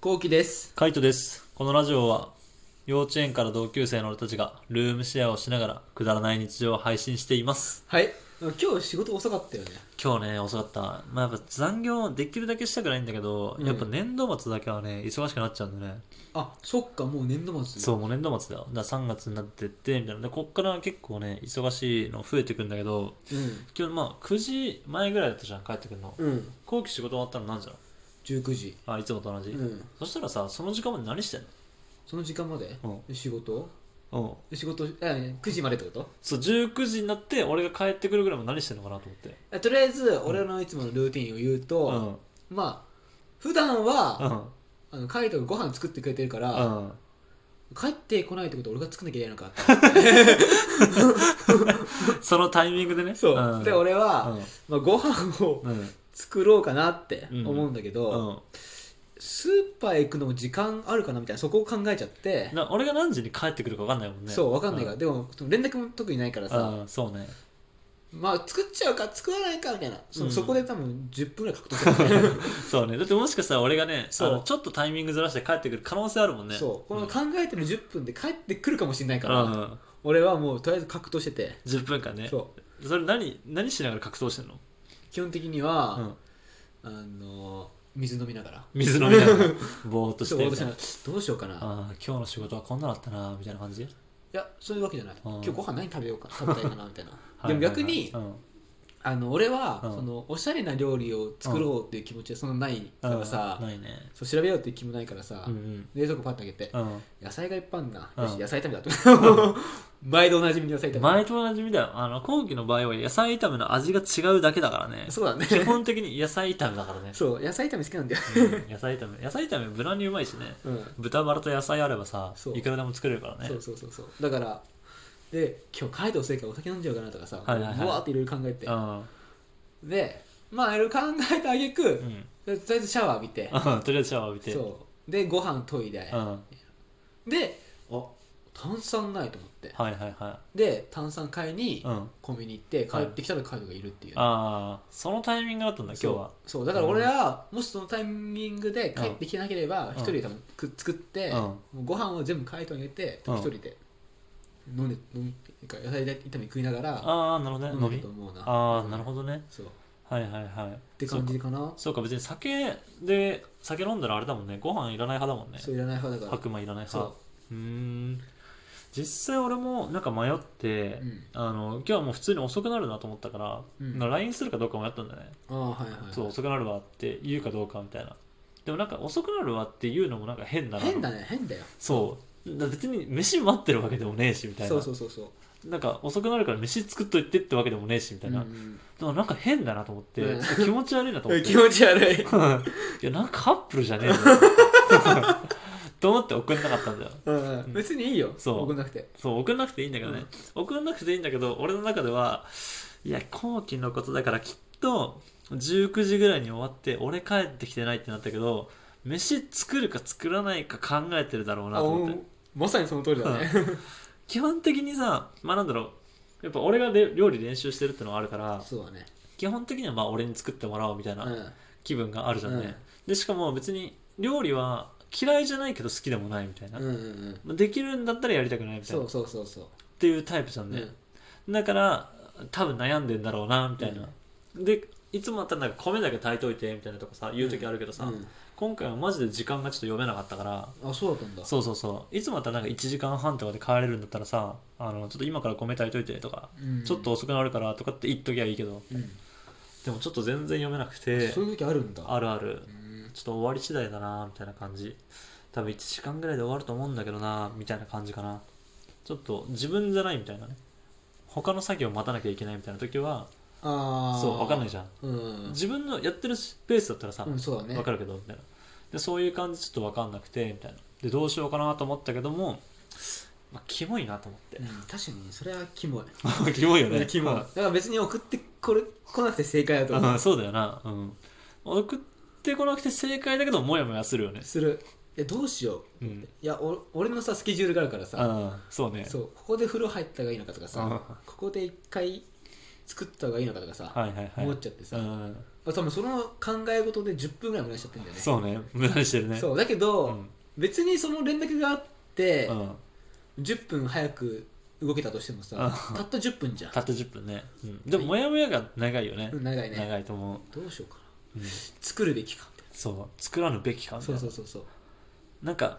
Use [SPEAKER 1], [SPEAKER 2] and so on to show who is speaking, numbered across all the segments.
[SPEAKER 1] こうきです。
[SPEAKER 2] カイトです。このラジオは幼稚園から同級生の俺たちがルームシェアをしながらくだらない日常を配信しています。
[SPEAKER 1] はい。今日仕事遅かったよね。
[SPEAKER 2] 今日ね、遅かった。まあやっぱ残業できるだけしたくないんだけど、
[SPEAKER 1] うん
[SPEAKER 2] やっぱ年度末だけはね、忙しくなっちゃうんだね。
[SPEAKER 1] あ、そっか、もう年度末。
[SPEAKER 2] そう、もう年度末だよ。だから3月になってって、みたいな。で、こっから結構ね、忙しいの増えてくんだけど、
[SPEAKER 1] う。うん。
[SPEAKER 2] 今日まあ9時前ぐらいだったじゃん、帰ってくるの。
[SPEAKER 1] うん。
[SPEAKER 2] 後期仕事終わったの何時なの
[SPEAKER 1] 19時。
[SPEAKER 2] あ、いつもと同じ。
[SPEAKER 1] うん。
[SPEAKER 2] そしたらさ、その時間まで何してん
[SPEAKER 1] その時間まで
[SPEAKER 2] の
[SPEAKER 1] 仕事
[SPEAKER 2] うん。うん。
[SPEAKER 1] 仕事、え、9時までってこと
[SPEAKER 2] そう19時になって俺が帰ってくるぐらいも何してんのかなと思って
[SPEAKER 1] えとりあえず、俺のいつものルーティンを言う
[SPEAKER 2] う
[SPEAKER 1] と、
[SPEAKER 2] ん
[SPEAKER 1] まあ、普段は、
[SPEAKER 2] う
[SPEAKER 1] あの、カイトがご飯作ってくれてるから、
[SPEAKER 2] んうん
[SPEAKER 1] 帰ってこないってことは俺が作んなきゃいけないのか。
[SPEAKER 2] そのタイミングでねん
[SPEAKER 1] で、俺は、まあ、ご飯を
[SPEAKER 2] うんうん
[SPEAKER 1] 作ろうかなって思うんだけ
[SPEAKER 2] う
[SPEAKER 1] ど、
[SPEAKER 2] ん
[SPEAKER 1] スーパー行くのも時間あるかなみたいな、そこを考えちゃって、
[SPEAKER 2] な俺が何時に帰ってくるか分かんないもんね
[SPEAKER 1] そうわかんないから、
[SPEAKER 2] う
[SPEAKER 1] でもその連絡も特にないからさ、
[SPEAKER 2] うんそうね
[SPEAKER 1] まあ作っちゃうか作らないかみたいなそ,、
[SPEAKER 2] うん
[SPEAKER 1] そこで多分10分ぐらい獲得する、
[SPEAKER 2] そうねだってもしかしたら俺がね
[SPEAKER 1] そ
[SPEAKER 2] あ
[SPEAKER 1] う
[SPEAKER 2] のちょっとタイミングずらして帰ってくる可能性あるもん ね
[SPEAKER 1] そうこの
[SPEAKER 2] ん
[SPEAKER 1] 考えてる10分で帰ってくるかもしれないから、
[SPEAKER 2] うん
[SPEAKER 1] 俺はもうとりあえず格闘してて、
[SPEAKER 2] 10分間ね
[SPEAKER 1] そう
[SPEAKER 2] それ何何しながら格闘してんの
[SPEAKER 1] 基本的に
[SPEAKER 2] う
[SPEAKER 1] は、
[SPEAKER 2] ん
[SPEAKER 1] あの水飲みながら
[SPEAKER 2] 水飲み ながらぼーっと
[SPEAKER 1] ち
[SPEAKER 2] し
[SPEAKER 1] ょっと
[SPEAKER 2] て
[SPEAKER 1] 私
[SPEAKER 2] みたい
[SPEAKER 1] は
[SPEAKER 2] な
[SPEAKER 1] どうしようかな、い
[SPEAKER 2] あー今日の仕事はこんなだったなみたいな感じ
[SPEAKER 1] やそういうわけじゃない、
[SPEAKER 2] うん
[SPEAKER 1] 今日ご飯何食べようか食べたいかなみたいな
[SPEAKER 2] はい
[SPEAKER 1] でも逆に、
[SPEAKER 2] はいはいうん
[SPEAKER 1] あの俺は、
[SPEAKER 2] うん
[SPEAKER 1] そのおしゃれな料理を作ろうっていう気持ちはそんなないからさ、
[SPEAKER 2] うんないね
[SPEAKER 1] そう調べようっていう気もないからさ、
[SPEAKER 2] うん
[SPEAKER 1] 冷蔵庫パッと開けて、
[SPEAKER 2] うんうん
[SPEAKER 1] 野菜がいっぱいあんな、
[SPEAKER 2] うん
[SPEAKER 1] よし野菜炒めだと毎度おなじみの野菜炒め
[SPEAKER 2] 前と同じみだよあの後期の場合は野菜炒めの味が違うだけだからね
[SPEAKER 1] そうだ ね
[SPEAKER 2] 基本的に野菜炒めだからね、
[SPEAKER 1] そう野菜炒め好きなんだよ、
[SPEAKER 2] うん野菜炒め野菜炒め無難にうまいしね
[SPEAKER 1] うん
[SPEAKER 2] 豚バラと野菜あればさ
[SPEAKER 1] そう
[SPEAKER 2] いくらでも作れるからね
[SPEAKER 1] そうそうそうそうだからで今日帰って遅いからお酒飲んじゃおうかなとかさ、
[SPEAKER 2] はいはいはい
[SPEAKER 1] ぶわーっていろいろ考えて
[SPEAKER 2] うん
[SPEAKER 1] でまあいろいろ考えてあげく
[SPEAKER 2] う、ん
[SPEAKER 1] でとりあえずシャワー浴びて
[SPEAKER 2] うんとりあえずシャワー浴びて
[SPEAKER 1] そうでご飯研いで
[SPEAKER 2] う、んは
[SPEAKER 1] であ炭酸ないと思って
[SPEAKER 2] いはいは
[SPEAKER 1] で炭酸買いに
[SPEAKER 2] い、うん、
[SPEAKER 1] コンビニ行って帰ってきたらカイトがいるっていう、
[SPEAKER 2] ああそのタイミングだったんだ今日は
[SPEAKER 1] そうそうだから俺はもしそのタイミングで帰ってきなければ
[SPEAKER 2] ん
[SPEAKER 1] 一人で多分く作って、
[SPEAKER 2] うん
[SPEAKER 1] もうご飯を全部カイトに入れて
[SPEAKER 2] うん
[SPEAKER 1] 一人で飲んで飲みか野菜炒め食いながら
[SPEAKER 2] ああなるほどね
[SPEAKER 1] 飲
[SPEAKER 2] 飲
[SPEAKER 1] む
[SPEAKER 2] み
[SPEAKER 1] と思うな
[SPEAKER 2] ああなる
[SPEAKER 1] ど
[SPEAKER 2] ほどね
[SPEAKER 1] そうっ
[SPEAKER 2] はいはいはいって
[SPEAKER 1] 感じかなそう
[SPEAKER 2] そうか別に酒で酒飲んだらあれだもんねご飯いらない派だもんね
[SPEAKER 1] いらない派だから
[SPEAKER 2] 白米いらない
[SPEAKER 1] そう
[SPEAKER 2] 派うーん実際俺もなんか迷って、
[SPEAKER 1] うん
[SPEAKER 2] あの今日はもう普通に遅くなるなと思ったから、
[SPEAKER 1] うん
[SPEAKER 2] なんか LINE するかどうか迷ったんだよね、
[SPEAKER 1] ああはいはいはい
[SPEAKER 2] そう遅くなるわって言うかどうかみたいなでもなんか遅くなるわって言うのもなんか変だな
[SPEAKER 1] 変だね変だよ
[SPEAKER 2] そうだ別に飯待ってるわけでもねえしみたいな
[SPEAKER 1] そうそうそうそう
[SPEAKER 2] なんか遅くなるから飯作っといてってわけでもねえしみたいな、
[SPEAKER 1] うんうん
[SPEAKER 2] でもなんか変だなと思って、
[SPEAKER 1] う
[SPEAKER 2] 気持ち悪いなと 思
[SPEAKER 1] え
[SPEAKER 2] って
[SPEAKER 1] 気持ち悪 い
[SPEAKER 2] いやなんかカップルじゃねえの と思って送んなかったんだよ
[SPEAKER 1] うんうん別にいいよ
[SPEAKER 2] そう
[SPEAKER 1] 送んなくて
[SPEAKER 2] そう送んなくていいんだけどね、送んなくていいんだけど俺の中ではいや後期のことだからきっと19時ぐらいに終わって俺帰ってきてないってなったけど飯作るか作らないか考えてるだろうな
[SPEAKER 1] あ
[SPEAKER 2] と
[SPEAKER 1] う
[SPEAKER 2] 思って
[SPEAKER 1] んまさにその通りだね
[SPEAKER 2] 基本的にさまあなんだろうやっぱ俺がれ料理練習してるってのはあるから
[SPEAKER 1] そうだね
[SPEAKER 2] 基本的にはまあ俺に作ってもらおうみたいうなん気分があるじゃんね、
[SPEAKER 1] うん
[SPEAKER 2] でしかも別に料理は嫌いじゃないけど好きでもないみたいな、
[SPEAKER 1] うんうんうん
[SPEAKER 2] できるんだったらやりたくないみたい
[SPEAKER 1] そ
[SPEAKER 2] なっ
[SPEAKER 1] うそうそうそう
[SPEAKER 2] ていうタイプじゃんね、
[SPEAKER 1] うん
[SPEAKER 2] だから多分悩んでんだろうなみたいな、でいつもだったらなんか米だけ炊いといてみたいなとかさ言う時あるけどさ、
[SPEAKER 1] うん
[SPEAKER 2] 今回はマジで時間がちょっと読めなかったから
[SPEAKER 1] あそうだったんだ
[SPEAKER 2] そうそうそういつもだったらなんか1時間半とかで帰れるんだったらさあのちょっと今から米炊いといてとか、
[SPEAKER 1] うん
[SPEAKER 2] ちょっと遅くなるからとかって言っときゃいいけど
[SPEAKER 1] うん
[SPEAKER 2] でもちょっと全然読めなくて
[SPEAKER 1] そういう時あるんだ
[SPEAKER 2] あるある
[SPEAKER 1] うん
[SPEAKER 2] ちょっと終わり次第だなみたいな感じ多分1時間ぐらいで終わると思うんだけどなみたいな感じかなちょっと自分じゃないみたいなね他の作業を待たなきゃいけないみたいな時は
[SPEAKER 1] ああ
[SPEAKER 2] そう分かんない
[SPEAKER 1] い
[SPEAKER 2] じゃん
[SPEAKER 1] うん、
[SPEAKER 2] 自分のやってるペースだったらさ、
[SPEAKER 1] うん、そうだね
[SPEAKER 2] 分かるけどみたいなでそういう感じちょっと分かんなくてみたいなでどうしようかなと思ったけども、まあ、キモいなと思
[SPEAKER 1] うん、確かにそれはキモい
[SPEAKER 2] って キモいよね
[SPEAKER 1] キモいだから別に送ってこれ来なくて正解だと思
[SPEAKER 2] う
[SPEAKER 1] うん
[SPEAKER 2] そうだよなうん送ってこなくて正解だけどモヤモヤするよね
[SPEAKER 1] するいやどうしよ
[SPEAKER 2] う
[SPEAKER 1] う、
[SPEAKER 2] ん
[SPEAKER 1] いやお俺のさスケジュールがあるからさ、
[SPEAKER 2] ああそうね
[SPEAKER 1] そうここで風呂入った方がいいのかとかさ、
[SPEAKER 2] うん
[SPEAKER 1] ここで一回作った方がいいのかとかさ、
[SPEAKER 2] はいはいはい
[SPEAKER 1] 思っちゃってさ、
[SPEAKER 2] うん
[SPEAKER 1] 多分その考え事で10分ぐらい無駄にしちゃってんだよね
[SPEAKER 2] そうね無駄にしてるね
[SPEAKER 1] そうだけ
[SPEAKER 2] う
[SPEAKER 1] ど、
[SPEAKER 2] ん
[SPEAKER 1] 別にその連絡があって、
[SPEAKER 2] うん
[SPEAKER 1] 10分早く動けたとしてもさ
[SPEAKER 2] うん
[SPEAKER 1] たった10分じゃん
[SPEAKER 2] たった10分ね、うん、でもモヤモヤが長いよね、
[SPEAKER 1] うん長いね
[SPEAKER 2] 長いと思う、
[SPEAKER 1] どうしようかな
[SPEAKER 2] うん
[SPEAKER 1] 作るべきかみたい
[SPEAKER 2] そう作らぬべきか
[SPEAKER 1] な
[SPEAKER 2] みたい
[SPEAKER 1] そう
[SPEAKER 2] な
[SPEAKER 1] そうそうそう
[SPEAKER 2] なんか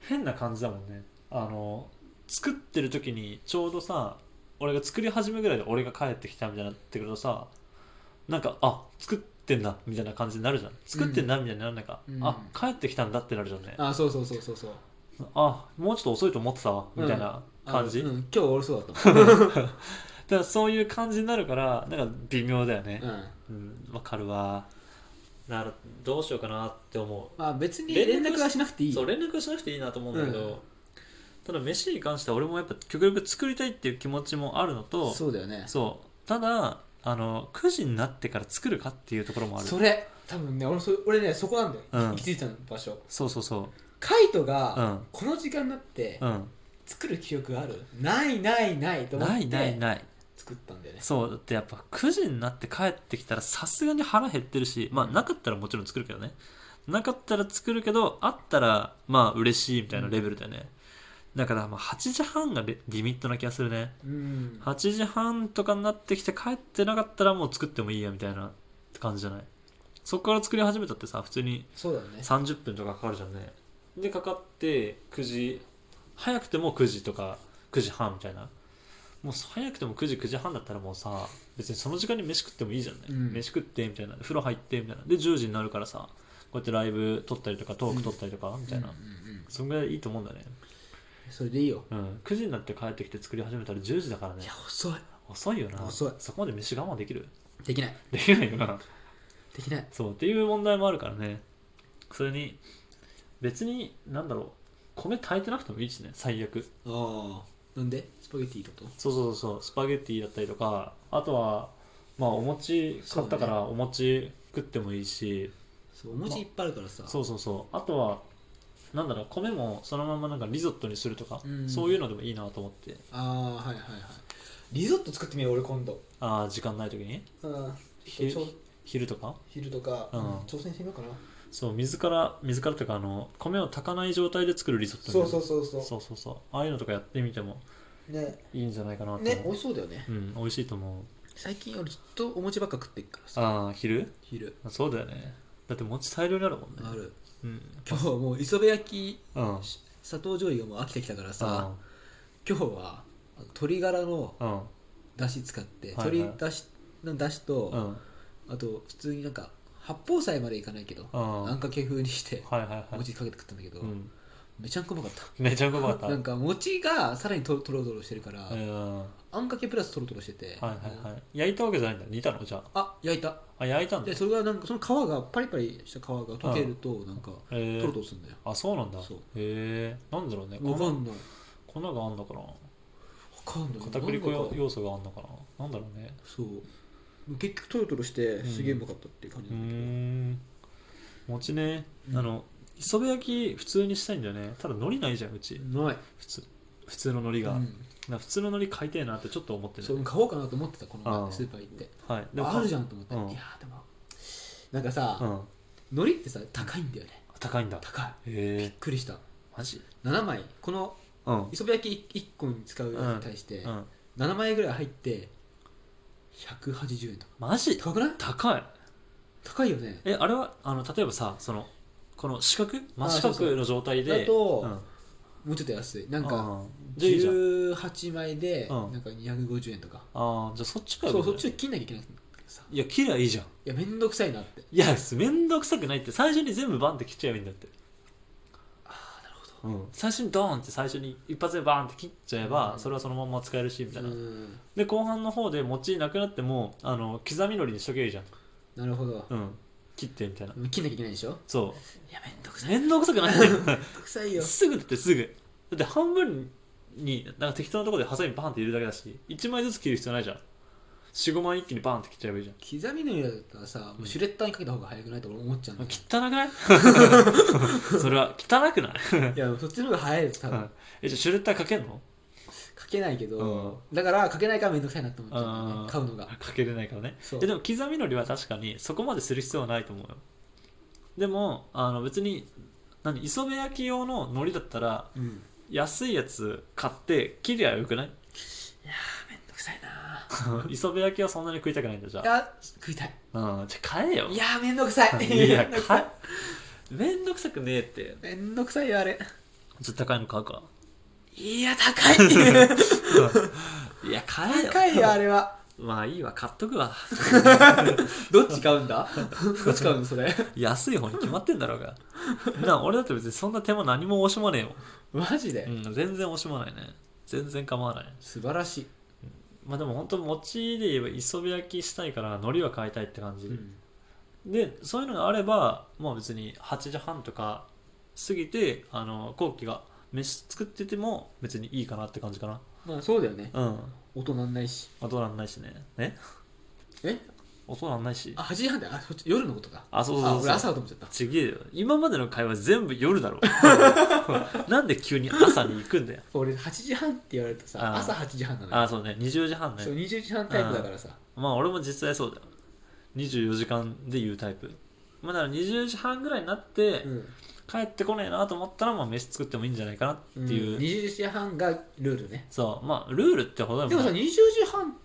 [SPEAKER 2] 変な感じだもんねあの作ってる時にちょうどさ俺が作り始めぐらいで俺が帰ってきたみたいになってくるとさなんかあ作ってんだみたいな感じになるじゃん作ってんだみたいにならないか、
[SPEAKER 1] うん
[SPEAKER 2] あ帰ってきたんだってなるじゃんね、
[SPEAKER 1] あそうそうそうそうそう
[SPEAKER 2] あもうちょっと遅いと思ってたわみたいな感じ、
[SPEAKER 1] あうん、今日俺そうだった もん、
[SPEAKER 2] だからそういう感じになるからなんか微妙だよね
[SPEAKER 1] うん、
[SPEAKER 2] うんわ、かるわだからどうしようかなって思
[SPEAKER 1] まあ別に連絡はしなくていうい
[SPEAKER 2] そう
[SPEAKER 1] よ
[SPEAKER 2] 連絡はしなくていいなと思うんだけど、
[SPEAKER 1] うん
[SPEAKER 2] ただ飯に関しては俺もやっぱ極力作りたいっていう気持ちもあるのと
[SPEAKER 1] そうだよね
[SPEAKER 2] そうただあの9時になってから作るかっていうところもある
[SPEAKER 1] それ多分ね俺そ俺ねそこなんだよ、
[SPEAKER 2] うん
[SPEAKER 1] 行き着いた場所
[SPEAKER 2] そうそうそ
[SPEAKER 1] カイト
[SPEAKER 2] うう
[SPEAKER 1] が、
[SPEAKER 2] ん
[SPEAKER 1] この時間になって、
[SPEAKER 2] うん
[SPEAKER 1] 作る記憶があるないないないと思
[SPEAKER 2] な
[SPEAKER 1] っ
[SPEAKER 2] いない
[SPEAKER 1] て
[SPEAKER 2] ない
[SPEAKER 1] 作ったんだよね
[SPEAKER 2] そうだってやっぱ9時になって帰ってきたらさすがに腹減ってるしまあなかったらもちろん作るけどねなかったら作るけどあったらまあ嬉しいみたいなレベルだよね、だからまあ8時半がリリミットな気がするね
[SPEAKER 1] うん
[SPEAKER 2] 8時半とかになってきて帰ってなかったらもう作ってもいいやみたいな感じじゃないそこから作り始めたってさ普通に
[SPEAKER 1] そうだよね
[SPEAKER 2] 30分とかかかるじゃんねでかかって9時早くても9時とか9時半みたいなもう早くても9時9時半だったらもうさ別にその時間に飯食ってもいいじゃんね、
[SPEAKER 1] うん
[SPEAKER 2] 飯食ってみたいな風呂入ってみたいなで10時になるからさこうやってライブ撮ったりとかトーク撮ったりとか、みたいな、
[SPEAKER 1] うんうんうん
[SPEAKER 2] そんぐらいいいと思うんだね、
[SPEAKER 1] それでいいよ
[SPEAKER 2] うん、9時になって帰ってきて作り始めたら10時だからね
[SPEAKER 1] いや遅い
[SPEAKER 2] 遅いよな
[SPEAKER 1] 遅い
[SPEAKER 2] そこまで飯我慢できる
[SPEAKER 1] できない
[SPEAKER 2] できないよな
[SPEAKER 1] できない
[SPEAKER 2] そうっていう問題もあるからねそれに別になんだろう米炊いてなくてもいいしね最悪
[SPEAKER 1] ああなんでスパゲティってこと
[SPEAKER 2] そうそうそうスパゲッティだったりとかあとはまあお餅買ったからお餅食ってもいいし
[SPEAKER 1] そうお餅いっぱいあるからさ、
[SPEAKER 2] そう,、そうそうあとはなんだろう米もそのままなんかリゾットにするとか、
[SPEAKER 1] うん
[SPEAKER 2] そういうのでもいいなと思って
[SPEAKER 1] ああはいはいはいリゾット作ってみよう俺今度
[SPEAKER 2] ああ時間ない時に
[SPEAKER 1] うん
[SPEAKER 2] ひ
[SPEAKER 1] ちょ
[SPEAKER 2] 昼とか
[SPEAKER 1] 昼とか、
[SPEAKER 2] うん
[SPEAKER 1] 挑戦してみようかな
[SPEAKER 2] そう水から水からというかあの米を炊かない状態で作るリゾット
[SPEAKER 1] そうそううそうそう
[SPEAKER 2] そうそうそうああいうのとかやってみても
[SPEAKER 1] ね
[SPEAKER 2] いいんじゃないかなと思う、
[SPEAKER 1] ね美味しそうだよね
[SPEAKER 2] うん美味しいと思う
[SPEAKER 1] 最近俺ずっとお餅ばっか食ってっからさ
[SPEAKER 2] ああ昼
[SPEAKER 1] 昼
[SPEAKER 2] そうだよねだって餅大量にあるもんね
[SPEAKER 1] ある
[SPEAKER 2] うん
[SPEAKER 1] 今日もう磯辺焼き
[SPEAKER 2] うん
[SPEAKER 1] 砂糖醤油がもう飽きてきたからさ今日は鶏ガラの
[SPEAKER 2] うん
[SPEAKER 1] だし使って、
[SPEAKER 2] はいはい
[SPEAKER 1] 鶏だしのだしと、
[SPEAKER 2] うんうん
[SPEAKER 1] あと普通になんか八宝菜までいかないけど、あ
[SPEAKER 2] は
[SPEAKER 1] んかけ風にして
[SPEAKER 2] いはいはい
[SPEAKER 1] 餅かけて食ったんだけど、
[SPEAKER 2] うん
[SPEAKER 1] めちゃんこうまかった
[SPEAKER 2] めちゃくちゃうまか
[SPEAKER 1] な
[SPEAKER 2] っ
[SPEAKER 1] んか餅がさらにとろとろとろしてるから、
[SPEAKER 2] たうんは
[SPEAKER 1] あんかけプラスとろとろしてて、
[SPEAKER 2] いはいはい焼いたわけじゃないんだ煮たのじゃあ
[SPEAKER 1] あ焼いた
[SPEAKER 2] あ焼いたんだ
[SPEAKER 1] でそれがなんかその皮がパリパリした皮が溶けるとなんか
[SPEAKER 2] え
[SPEAKER 1] と
[SPEAKER 2] ー
[SPEAKER 1] ろとろするんだよ
[SPEAKER 2] あそうなんだへ
[SPEAKER 1] そう
[SPEAKER 2] えなんだろうね
[SPEAKER 1] わかんない
[SPEAKER 2] 粉粉があんのかな
[SPEAKER 1] わかんない
[SPEAKER 2] 片栗粉
[SPEAKER 1] なんだか
[SPEAKER 2] 要素があんのかななんだろうね
[SPEAKER 1] そう結局トロトロして
[SPEAKER 2] うん
[SPEAKER 1] すげえうまかったっていう感じ
[SPEAKER 2] うー
[SPEAKER 1] なんだけど、
[SPEAKER 2] ん餅ね、
[SPEAKER 1] うん
[SPEAKER 2] あの磯辺焼き普通にしたいんだよねただ海苔ないじゃんうち
[SPEAKER 1] うまい、
[SPEAKER 2] 普通普通の海苔
[SPEAKER 1] う
[SPEAKER 2] が、だか
[SPEAKER 1] ん、
[SPEAKER 2] ら普通の海苔買いたいなってちょっと思ってる、
[SPEAKER 1] そう買おうかなと思ってたこの
[SPEAKER 2] あー
[SPEAKER 1] 前スーパー行って
[SPEAKER 2] はいで
[SPEAKER 1] あるじ
[SPEAKER 2] ゃ
[SPEAKER 1] ゃんと思って、
[SPEAKER 2] うん
[SPEAKER 1] いやーでもなんかさ、
[SPEAKER 2] うん
[SPEAKER 1] 海苔ってさ高いんだよね
[SPEAKER 2] 高いんだ
[SPEAKER 1] 高いびっ
[SPEAKER 2] へえ
[SPEAKER 1] くりした
[SPEAKER 2] マジ
[SPEAKER 1] 7枚この
[SPEAKER 2] うんうん
[SPEAKER 1] 磯辺焼き1個に使うやつに対して、7枚ぐらい入って180円とか
[SPEAKER 2] マジ
[SPEAKER 1] 高くない
[SPEAKER 2] 高い
[SPEAKER 1] 高いよね
[SPEAKER 2] えあれはあの例えばさそのこの四角真四
[SPEAKER 1] そうそ
[SPEAKER 2] 角
[SPEAKER 1] う
[SPEAKER 2] の状態で
[SPEAKER 1] だと、
[SPEAKER 2] うん
[SPEAKER 1] もうちょっと安いなんか
[SPEAKER 2] あーじゃあいいじゃん
[SPEAKER 1] 18枚で
[SPEAKER 2] うん
[SPEAKER 1] なんか250円とか、
[SPEAKER 2] あーじゃあそっちか
[SPEAKER 1] そうそっちを切んなきゃいけないんだけどさ
[SPEAKER 2] いや切りゃいいじゃん
[SPEAKER 1] いやめんどくさいなって
[SPEAKER 2] いやめんどくさくないって最初に全部バンって切っちゃえばいいんだって
[SPEAKER 1] ああなるほど
[SPEAKER 2] うん、最初にドーンって最初に一発でバーンって切っちゃえば、
[SPEAKER 1] うん
[SPEAKER 2] それはそのまま使えるしみたいな、
[SPEAKER 1] うん
[SPEAKER 2] で後半の方で餅なくなってもあの刻み海苔にしとけばいいじゃん、
[SPEAKER 1] なるほど
[SPEAKER 2] うん、切ってみたいな、
[SPEAKER 1] 切んなきゃいけないでしょ
[SPEAKER 2] そ
[SPEAKER 1] いやめんどく
[SPEAKER 2] う
[SPEAKER 1] さいめん
[SPEAKER 2] 面倒くさくない
[SPEAKER 1] どくさい
[SPEAKER 2] よ
[SPEAKER 1] よ
[SPEAKER 2] すぐだってすぐだって半分になんか適当なところでハサミバーンって入れるだけだし1枚ずつ切る必要ないじゃん45枚一気にバーンって切っちゃえばいいじゃん
[SPEAKER 1] 刻みのやつだったらさもうシュレッダーにかけた方が早くないと俺思っちゃうんだよ
[SPEAKER 2] 汚くないそれは汚くない
[SPEAKER 1] いやそっちの方が早いよ多分
[SPEAKER 2] えじゃあシュレッダーかけんの
[SPEAKER 1] かけないけど、だから書けないから面倒くさいなと思っちゃうんだよ
[SPEAKER 2] うん
[SPEAKER 1] ね買うのが
[SPEAKER 2] かけれないからね
[SPEAKER 1] そう
[SPEAKER 2] えでも刻みのりは確かにそこまでする必要はないと思うよでもあの別に何磯辺焼き用の海苔だったら
[SPEAKER 1] うん面
[SPEAKER 2] 安いやつ買って切りゃよく ない
[SPEAKER 1] 倒くさいな
[SPEAKER 2] 磯辺焼きはそんなに食いたくないんだじゃ
[SPEAKER 1] いや食いたい
[SPEAKER 2] あ、うん、じゃあ買えよ
[SPEAKER 1] いや面倒くさい
[SPEAKER 2] いや
[SPEAKER 1] 面倒くさ
[SPEAKER 2] 買えめんどくさくねえって
[SPEAKER 1] い面倒くさいよあれ
[SPEAKER 2] ちょっと高いの買うか
[SPEAKER 1] いや高い
[SPEAKER 2] いや買えよ
[SPEAKER 1] 高いよあれは
[SPEAKER 2] まあいいわ買っとくわ
[SPEAKER 1] どっち買うんだ どっち買うのそれ
[SPEAKER 2] 安い方に決まってんだろう がな俺だって別にそんな手間何も惜しまねえよ
[SPEAKER 1] マジで、
[SPEAKER 2] うん、全然惜しまないね全然構わない
[SPEAKER 1] 素晴らしい、
[SPEAKER 2] まあでも本当餅で言えば磯辺焼きしたいから海苔は買いたいって感じ、
[SPEAKER 1] うん
[SPEAKER 2] でそういうのがあればまあ別に8時半とか過ぎてあの後期が飯作ってても別にいいかなって感じかな
[SPEAKER 1] まあそうだよね
[SPEAKER 2] うん
[SPEAKER 1] 音なんないし
[SPEAKER 2] 音なんないしねえ
[SPEAKER 1] え
[SPEAKER 2] 音なんないし
[SPEAKER 1] あ8時半だあそっち夜のことか
[SPEAKER 2] あそうそうそう
[SPEAKER 1] あ俺朝だと思っちゃった
[SPEAKER 2] ちげえよ今までの会話全部夜だ ろなんで急に朝に行くんだよ
[SPEAKER 1] 俺8時半って言われると
[SPEAKER 2] あ
[SPEAKER 1] さ
[SPEAKER 2] ー
[SPEAKER 1] 朝8時半なのよ
[SPEAKER 2] あそうね20時半ね
[SPEAKER 1] そう20時半タイプだからさ
[SPEAKER 2] まあ俺も実際そうだよ24時間で言うタイプまあだから20時半ぐらいになって、
[SPEAKER 1] うん
[SPEAKER 2] 帰ってこねえなと思ったらまあ飯作ってもいいんじゃないかなって
[SPEAKER 1] うん
[SPEAKER 2] いう、
[SPEAKER 1] 20時半がルールね
[SPEAKER 2] そうまあルールってほど
[SPEAKER 1] で
[SPEAKER 2] でも
[SPEAKER 1] もさ
[SPEAKER 2] な
[SPEAKER 1] 20
[SPEAKER 2] い
[SPEAKER 1] 時半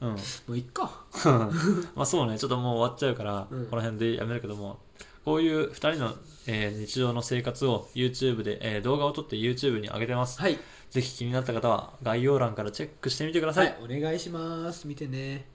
[SPEAKER 2] うん
[SPEAKER 1] もういっか
[SPEAKER 2] まあそうねちょっともう終わっちゃうから、
[SPEAKER 1] うん
[SPEAKER 2] この辺でやめるけどもこういう2人の、えー日常の生活を YouTube で、えー動画を撮って YouTube に上げてます、
[SPEAKER 1] はい
[SPEAKER 2] ぜひ気になった方は概要欄からチェックしてみてください、
[SPEAKER 1] はいお願いします見てね